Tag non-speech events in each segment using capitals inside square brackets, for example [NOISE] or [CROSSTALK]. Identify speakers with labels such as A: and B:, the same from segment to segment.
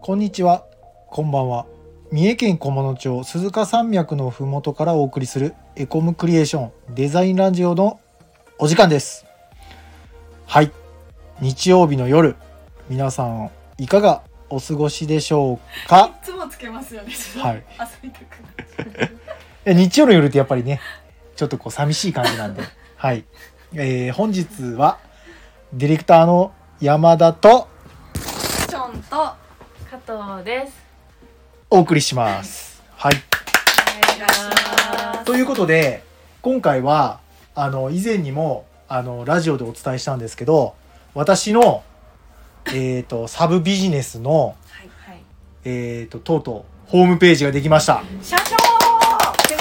A: こんにちは、こんばんは。三重県菰野町鈴鹿山脈のふもとからお送りするエコムクリエーションデザインラジオのお時間です。はい、日曜日の夜、皆さんいかがお過ごしでしょうか
B: いつもつけますよね。
A: はい。
B: 遊びたくなっちゃう
A: え日曜の夜ってやっぱりねちょっとこう寂しい感じなんではい、えー本日はディレクターの山田と
B: ションと。お
C: 加藤です。
A: お送りします。はい、
B: 願いしま
A: [LAUGHS]
B: す。
A: ということで今回はあの以前にもあのラジオでお伝えしたんですけど私の、えー、とサブビジネスの、
B: はいはい。
A: えー、ととうとうホームページができました。
B: 社長。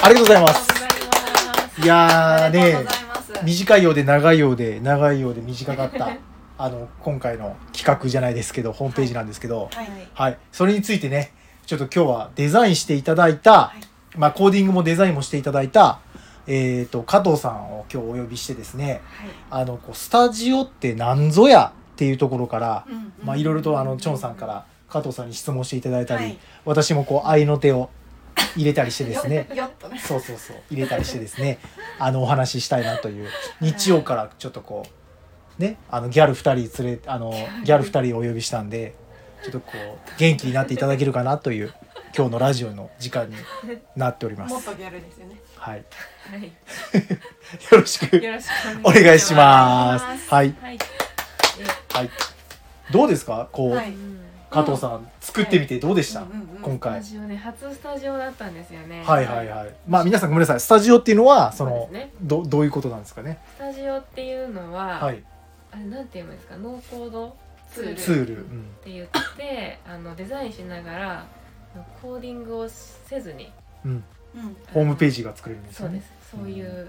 A: ありがとうございます
C: ありがとうございます。
A: いやー
B: あり
A: ね
B: がとうございます。
A: 短いようで長いようで長いようで短かった
B: [LAUGHS]
A: あの今回の企画じゃないですけどホームページなんですけど、
B: はい。
A: はい、それについてねちょっと今日はデザインしていただいた、
B: はい
A: まあ、コーディングもデザインもしていただいた、えー、と加藤さんを今日お呼びしてですねあのこうスタジオって何ぞやっていうところから、
B: うん
A: まあ、いろいろとあのチョンさんから加藤さんに質問していただいたり、
B: はい
A: 私もこう愛の手を入れたりしてです
B: [LAUGHS]
A: ね
B: よっとね。
A: そうそうそう入れたりしてですねあのお話ししたいなという日曜からちょっとこうねあのギャル2人連れあのギャル2人をお呼びしたんでちょっとこう元気になっていただけるかなという今日のラジオの時間になっておりま
B: もっ [LAUGHS]
A: す。
B: とギャルですよね。
A: はい、よ
C: はい。
A: ろしく
C: よろしく
A: お願いします
C: お願いし。
A: はい
C: はい。
A: はい、どうですかこう、
B: はい
A: 加藤さん作ってみてどうでした、
B: うんうんうん
A: 今
C: スタ
A: 回。
C: ジオね、初スタジオだったんですよね。
A: はいはいはい。まあ皆さんごめんなさいスタジオっていうのはその
C: そうですね
A: どどういうことなんですかね。
C: スタジオっていうのは、
A: はい、
C: あれなんていうんですか、ノーコードツールっ
A: ツール。う
B: うん
A: ん
C: て言って、あのデザインしながらコーディングをせずに、
A: うん、
B: うん。
A: ホームページが作れるんです
C: そ
A: よ
C: う
A: ね
C: で。す。そういう、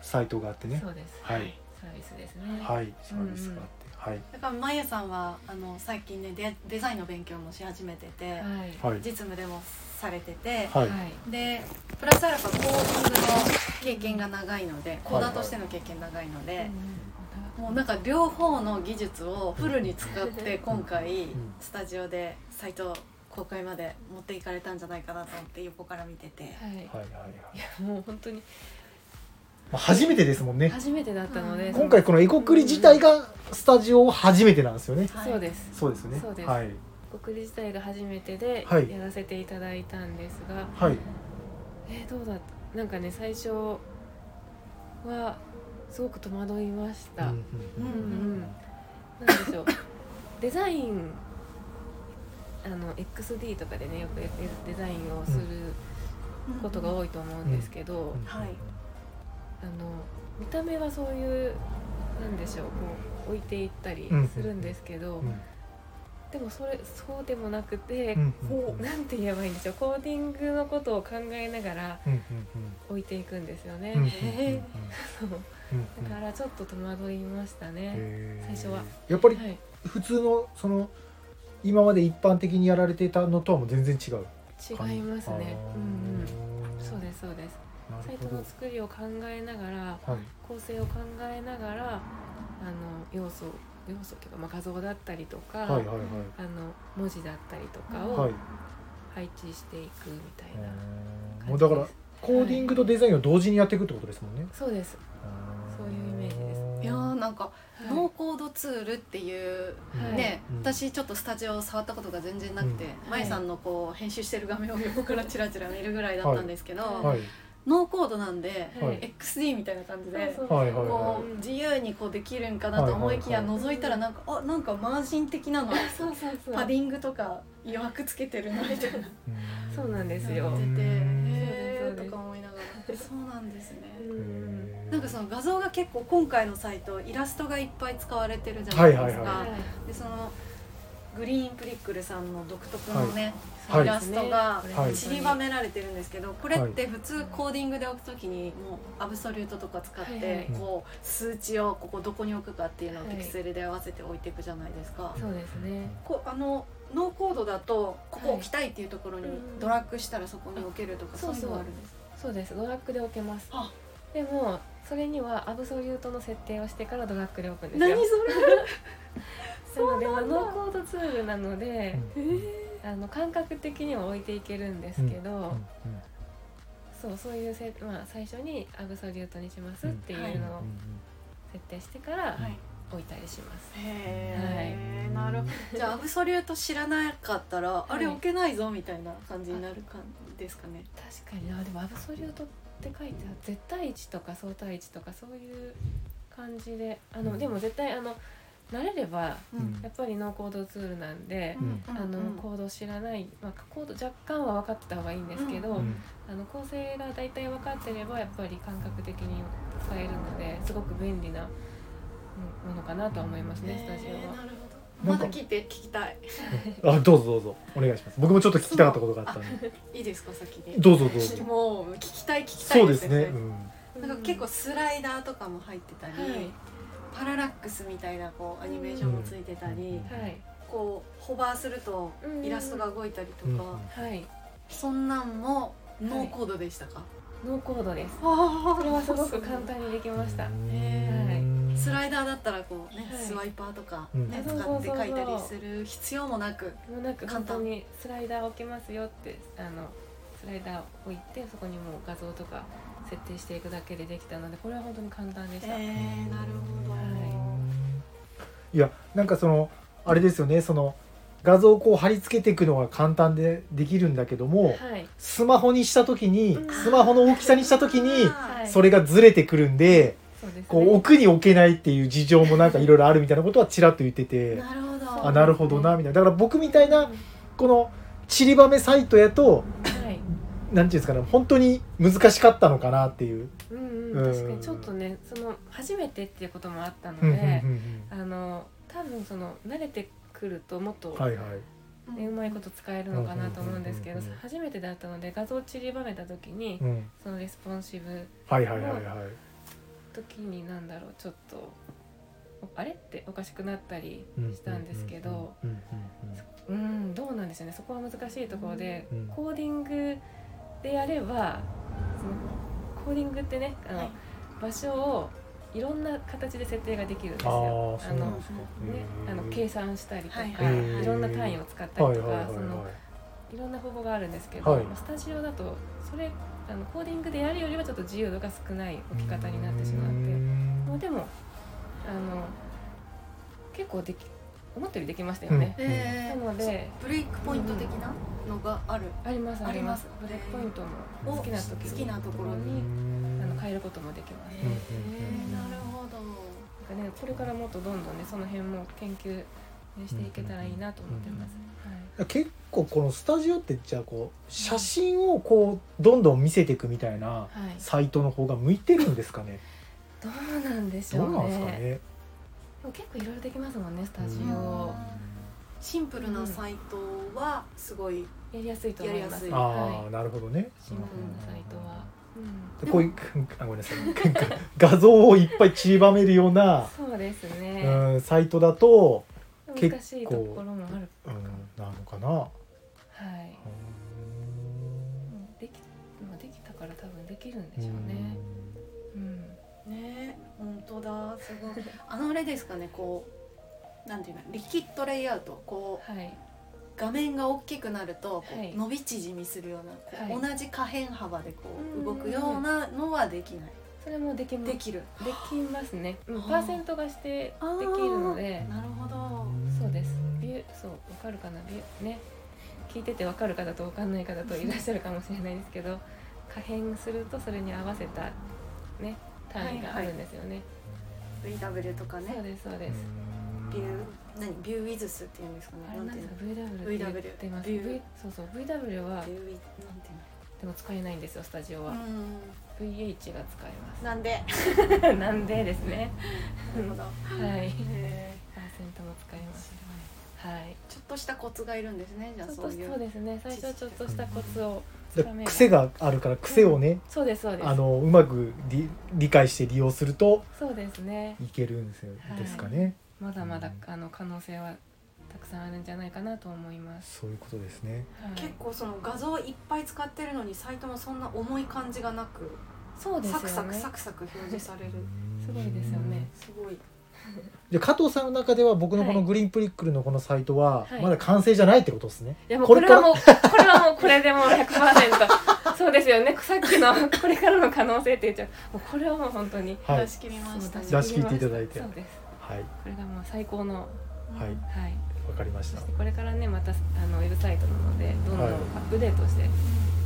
A: サイトがあってね
C: そうです。
A: はい
C: サービスですね。
A: はいサービスがあって、はい
B: だから、まゆさんは、あの、最近ね、デ、デザインの勉強もし始めてて。
C: はい。
A: はい
B: 実務でもされてて。
A: はい
C: はい
B: でプラスアルファコーディングの経験が長いのでコーダーとしての経験長いので、
C: うん
B: もうなんか両方の技術をフルに使って今回
A: ん
B: スタジオでサイト公開まで持っていかれたんじゃないかなと思って横から見てて
C: は
A: は
C: い
A: いはいはい。
C: もう本当に
A: まあ初めてですもんね。
C: 初めてだったので、
A: 今回このエコクリ自体がスタジオ初めてなんですよね。
B: はい
C: そうです
A: そうですよね。
C: そうです
A: はい
C: 国自体が初めてで
A: はい
C: やらせていただいたんですが、
A: はい
C: えーどうだったなんかね最初はすごく戸惑いまし
A: うん
C: た、
A: うん
C: うんうん
A: うん
C: なんでしょう [LAUGHS] デザインあの XD とかでねよくデデザインをすることが
B: い、
C: 多いと思うんですけど、
A: うん。
B: はい
C: あの見た目はそういうなんでしょうこう置いていったりするんですけど、
A: うん
C: でもそれそうでもなくて、
A: うん
C: こうなんて言えばいいんでしょうコーディングのことを考えながら
A: うんうん
C: 置いていくんですよね、
A: うんうんうんうん
B: へ
C: そ
A: う
C: う
A: んうん
C: だからちょっと戸惑いましたね、
A: へー
C: 最初は
A: やっぱり
C: はい、
A: 普通のその今まで一般的にやられていたのとはもう全然違う
C: 違いますね
A: あー
C: うんうんそうですそうです
A: な
C: サイ
A: る
C: ト
A: ほ
C: の
A: ど
C: 作りを考えながら
A: はい
C: 構成を考えながらあの要素要素というか、まあ、画像だったりとか、
A: はいはいはい
C: あの文字だったりとか
A: は
C: を
A: い
C: 配置していくみたいな感
A: う
C: じ
A: ーんもうだ
C: です、
A: からコーディングとデザインを同時にやっていくってことですもんね。
C: そうですそういうイメージです
B: いやーなんか、
C: はい
B: ノーコードツールっていう、
C: はい
B: ね、
A: うん
B: 私ちょっとスタジオ触ったことが全然なくて、
A: う
B: まゆさんのこう編集してる画面を横からチラチラ見るぐらいだったんですけど、
C: はい
A: はい
B: ノーコードなんで、
A: はい
B: XD みたいな感じで。
C: そう
A: はいはい
B: こう自由にこうできるんかなと思いきや
A: はいはい
B: 覗
C: はい
B: いたらなんかあなんかマージン的なの
C: そうそうそう
B: パディングとか余白つけてるなみたいな
C: そうなんですよ
B: 出て
A: うん
B: て
C: そ
B: へ
C: うです
B: ーとか思いながらそうなんですね
C: うんうん
A: へー
B: なんかその画像が結構今回のサイトイラストがいっぱい使われてるじゃ
A: は
B: ないい
A: はいは
B: です
A: い
B: か
C: はい
B: でそのグリーンプリックルさんの独特のね、
A: はい
B: イラストが
A: はい
B: 散りばめられてるんですけどこれって普通コーディングで置くときにもうアブソリュートとか使っ
C: はいはい
B: てこう数値をここどこに置くかっていうのを
C: はい
B: ピクセルで合わせて置いていくじゃないですか。
C: そうですね
B: こうあのノーコードだとここ
C: はい
B: 置きたいっていうところに
C: うん
B: ドラッグしたらそこに置けるとかそ
C: そうう
B: い
C: そう
B: うのがあるんです
C: そうですドラッグで置けます
B: あ
C: でもそれにはアブソリュートの設定をしてからドラッグで置くんですよ
B: 何それ
C: なのでまあノーコードツールなので、
B: えー
C: あの感覚的には置いていけるんですけど、そうそういうせ、まあ、最初にアブソリュートにしますっていうのを設定してから
B: はい
C: 置いたりします。
B: へえ、なるほどじゃあアブソリュート知らなかったら、
C: い
B: あれ置けないぞみたいな感じになる感じですかね
C: 確かになでもアブソリュートって書いてある絶対値とか相対値とかそういう感じであの、
A: うん
C: でも絶対あの慣れれば
B: う
A: うん
C: やっぱりノーコードツールなんで、
A: ん
C: あの
B: うん
C: コード知らない、まあ、コード若干は分かってた方がいいんですけど、
B: う
C: あの構成が大体分かってればやっぱり感覚的に使えるのですごく便利なうんものかなとは思いますねスタジ
B: へー
C: オ
B: な
C: は。
B: るほど
A: な
B: ま
A: んか
B: だ聞いて聞きたい
A: あどうぞどうぞお願いします僕もちょっと聞きたかったことがあったんで
B: いいですか先に
A: どうぞどうぞ
B: もう聞きたい聞きた
A: そ
B: いう
A: ですね、うん、
B: なんか結構スライダーとかも入ってたり、
C: は
B: パララックスみたいなこうアニメーションもついてたり、
A: うん
C: いはい
B: こうホバーするとイラストが動いたりとか、
A: うんうん
C: はい
B: そんなんもノーコードでしたか、
C: ノーコードです。
B: あー
C: これはすごく簡単にできました。
B: へ
A: ー
B: スライダーだったらこうね、
C: はい
B: スワイパーとか、
A: うん
B: ね
C: そう
B: 使
C: そ
B: っ
C: う
B: て
C: そうそう
B: 書いたりする必要もなく
C: もうなんか
B: 簡
C: 簡
B: 単
C: 単にスライダー置きますよってあのスライダー置いてそこにもう画像とか設定していくだけでできたのでこれは本当に簡単でした。
B: えー、なるほど、
A: いやなんかそのあれですよねその画像をこう貼り付けていくのが簡単でできるんだけども、
C: はい。
A: スマホにした時に
C: うん
A: スマホの大きさにした時に
B: はい
A: それがずれてくるんで
C: そうですね。
A: こう奥に置けないっていう事情もなんかいろいろあるみたいなことはちらっと言ってて
B: なるほど
A: あなるほどなみたいなだから僕みたいなこのちりばめサイトやと
C: はい。
A: なんていうんですかね本当に難しかったのかなっていう。
C: うん
A: う
C: うんん、確かにちょっとねその初めてっていうこともあったの
A: うんうん
C: で
A: う、ん
C: あの多分その慣れてくるともっと、
A: うんはいは
B: うん
C: ねうまいこと使えるのかなと思うんですけど、
A: うんうんうんうん
C: 初めてだったので画像を散りばめた時に、
A: い、うん、
C: そのレスポンシブ
A: はいはいはいはい
C: 時になんだろうちょっとおあれっておかしくなったり
A: うん
C: したんですけど、
A: うんうん
C: うんどうなんでしょうねそこは難しいところで、
A: うん
C: コーディングでやればそのコーディングってねあの、
B: はい
C: 場所をいろんな形で設定ができるんです
A: ああ
C: よ。
A: ー
C: あ
A: そうな
C: の
A: んですか
C: ね、あの計算したりとか、
B: はい
C: い
B: はい
A: はい
C: ろんな単位を使ったりとか、
A: はいはいはい
C: その
A: はい
C: ろんな方法があるんですけど、
A: はい
C: まあスタジオだとそれあのコーディングでやるよりはちょっと自由度が少ない
A: い
C: 置き方になってしまって、まあ、でもあの結構でき思ったよりできましたよね。
B: え
C: な
B: ー
C: ので
B: ブレイクポイント的なのがある、
C: あります
B: あ
C: あ
B: り
C: り
B: ま
C: ますす。ブレイクポイントも
A: お
C: 好きな時に
B: 好きなところ
C: にあの
A: へ
C: 変えることもできます。
B: えー、なるほど
C: なんかねこれからもっとどんどんねその辺も研究ねしていけたらいいなと思ってます。は
A: ー
C: い。
A: 結構このスタジオってじゃあこう写真をこうどんどん見せていくみたいな
C: はい
A: サイトの方が向いてるんですかね
C: どうなんでし
A: ど
C: ょう
A: う
C: ね
A: なんですかね
C: でも結構いろいろできますもんねスタジ
A: うん
C: オ
A: あ
B: シンプルなサイトはすごい
C: やりやすいと思いま
B: やりやす
C: す
B: い
A: あ
C: は
A: ーなるほどね
C: い、シンプルなサイトは、うん、
A: でこういうあごめんなさい [LAUGHS] 画像をいっぱい散りばめるような、
C: そうですね、
A: うん、サイトだと、結構
C: 難しいところもある
A: うん、なのかな
C: はいできまあできたから多分できるんでしょうねうん
B: ね本当だすごい [LAUGHS] あのあれですかねこうなんていうのリキッドレイアウトこう
C: はい
B: 画面が大きくなるとこう
C: はい
B: 伸び縮みするようなこう、
C: は
B: 同じ可変幅でこ
C: う
B: うん動くようなのはできない、
C: それもできま
B: ですきる
C: できますね、うん、
B: あー
C: パーセントがしてできるので
B: なるほど
C: そうですビューそうわかるかなビューね聞いててわかる方とわかんない方といらっしゃるかもしれないですけど可変するとそれに合わせたね単位があるんですよね、
B: VW とか
C: そう
B: ね
C: ですそうです、
B: ビュー何ビューウィズスっていうんですかね
C: あれ
B: な
C: なんん
B: て
C: で
B: いう
C: す
B: の
C: か VW って言ってます
B: VW
C: v そうそう VW は
B: ビューウィなんていう
C: でも使えないんですよスタジオ
B: の
C: は、
B: う
C: VH が使え
B: [LAUGHS] んな
C: ま
B: んで
C: すなんで [LAUGHS] ですね
B: なるほど
C: はい
B: へ
C: パーセントも使え
B: ー
C: ますはい
B: ちょっとしたコツがいるんですねじゃあ
C: ちょっ
B: そう
C: と
B: いう
C: そうですね最初はちょっとしたコツをつ
A: で
C: かめば
A: 癖があるから癖をね、
C: そうですそうです
A: あのうまく理理解して利用すると
C: そうですね
A: いけるんですよ、
C: はい
A: ですかね
C: まだまだ
A: うん
C: あの可能性はたくさんあるんじゃないかなと思います。
A: そういうことですね
C: はい
B: 結構その画像をいっぱい使ってるのにサイトもそんな重い感じがなく、
C: そうですよ
B: サ
C: ね。
B: クサクサクサク表示される
C: すごいですよね。
B: すごい
A: で加藤さんの中では僕のこの
C: はい
A: グリーンプリックルのこのサイトは
C: はい
A: まだ完成じゃないってことですね。
C: いやもう
A: これ
C: これ
A: から
C: はもうこれはもうこれでもう100%そう [LAUGHS] ですよねさっきのこれからの可能性って言っちゃうもうこれはもう本当に
A: はい
B: 出し切りましたね
A: 出し切っていただいて
C: そうです
A: はい
C: これがもう最高の
A: はいわ
C: はい
A: かりまし
C: そ
A: た
C: して。これからねまたあのウェブサイトなのでどんどん
A: は
C: ア
A: い
C: ップデートして、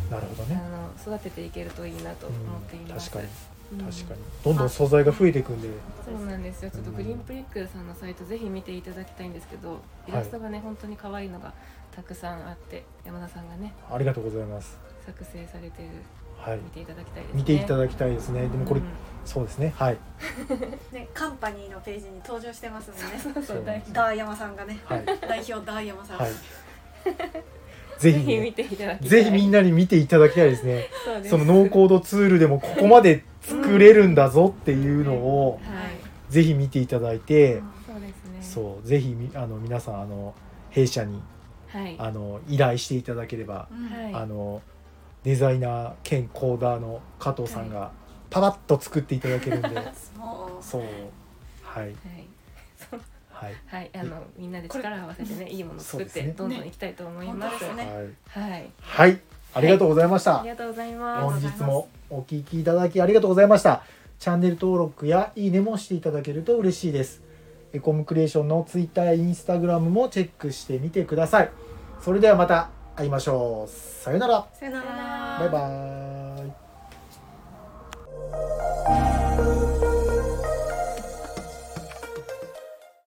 A: なるほど
C: あ
A: ね。
C: の育てていけるといいなと
A: うん
C: 思っています、
A: 確かに
C: うん
A: 確かにどんどん素材が増えていくんで。
C: そうなんですよちょっとグリーンプリックさんのサイトぜひ見ていただきたいんですけどイラストがね、本当に可愛いのがたくさんあって山田さんがね
A: ありがとうございます。
C: 作成されてる
A: はい
C: 見ていただきたいですね
A: 見ていた
C: だ
A: だきたいですね。でもこれそうですね。はい
B: ねカンパニーのページに登場してますもんね
C: そうそう大
B: ダーヤマさんがね
A: はい
B: 代表ダーヤマさん、
C: [LAUGHS]
A: はい。ぜ
C: ぜ
A: ひ
C: ひ見
A: ね
C: ていただきたい
A: ぜひみんなに見ていただきたいですね。
C: そうです
A: そのノーコードツールでもここまで作れるんだぞっていうのを
C: はい
A: ぜひ見ていただいて、
C: そうですね
A: そうぜひみあの皆さんあの弊社に
C: はい
A: あの依頼していただければ、
B: うん
C: はい
A: あのデザイナー兼コーダーの加藤さんがパパッと作っていただけるん
C: [LAUGHS]
A: で、
B: も
A: そうはい
C: はいそう
A: はい
C: はいあのみんなで力を合わせてねいいものを作
A: そ
C: っ
A: うです
C: て
A: ね
C: どんどんいきたいと思います
B: ね本当ですね
A: はい、
C: はい
A: はい、ありがとうございました。
C: ありがとうございま
A: 本
C: す
B: りがとうござ
A: 日
B: い
A: もお聞きいただきありがとうございましたチャンネル登録やいいねもしていただけると嬉しいですエコムクリエーションの Twitter や Instagram もチェックしてみてくださいそれではまた会いましょうさよなら
B: うさよな
C: さよな
B: ら
C: ら
A: バイバイ